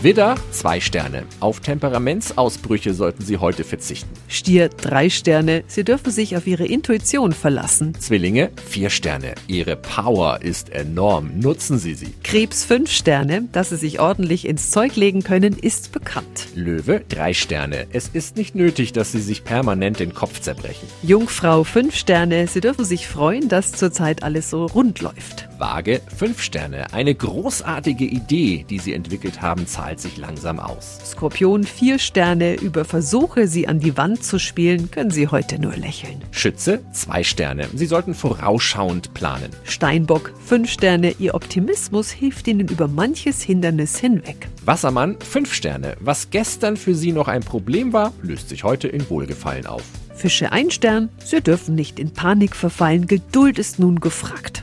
Widder, zwei Sterne. Auf Temperamentsausbrüche sollten Sie heute verzichten. Stier drei Sterne. Sie dürfen sich auf Ihre Intuition verlassen. Zwillinge, vier Sterne. Ihre Power ist enorm. Nutzen Sie sie. Krebs fünf Sterne. Dass Sie sich ordentlich ins Zeug legen können, ist bekannt. Löwe, drei Sterne. Es ist nicht nötig, dass Sie sich permanent den Kopf zerbrechen. Jungfrau fünf Sterne. Sie dürfen sich freuen, dass zurzeit alles so rund läuft. Waage, fünf Sterne. Eine großartige Idee, die Sie entwickelt haben, zahlt sich langsam aus. Skorpion vier Sterne. Über Versuche, Sie an die Wand zu spielen, können Sie heute nur lächeln. Schütze, zwei Sterne. Sie sollten vorausschauend planen. Steinbock fünf Sterne. Ihr Optimismus hilft Ihnen über manches Hindernis hinweg. Wassermann, fünf Sterne. Was gestern für Sie noch ein Problem war, löst sich heute in Wohlgefallen auf. Fische ein Stern. Sie dürfen nicht in Panik verfallen. Geduld ist nun gefragt.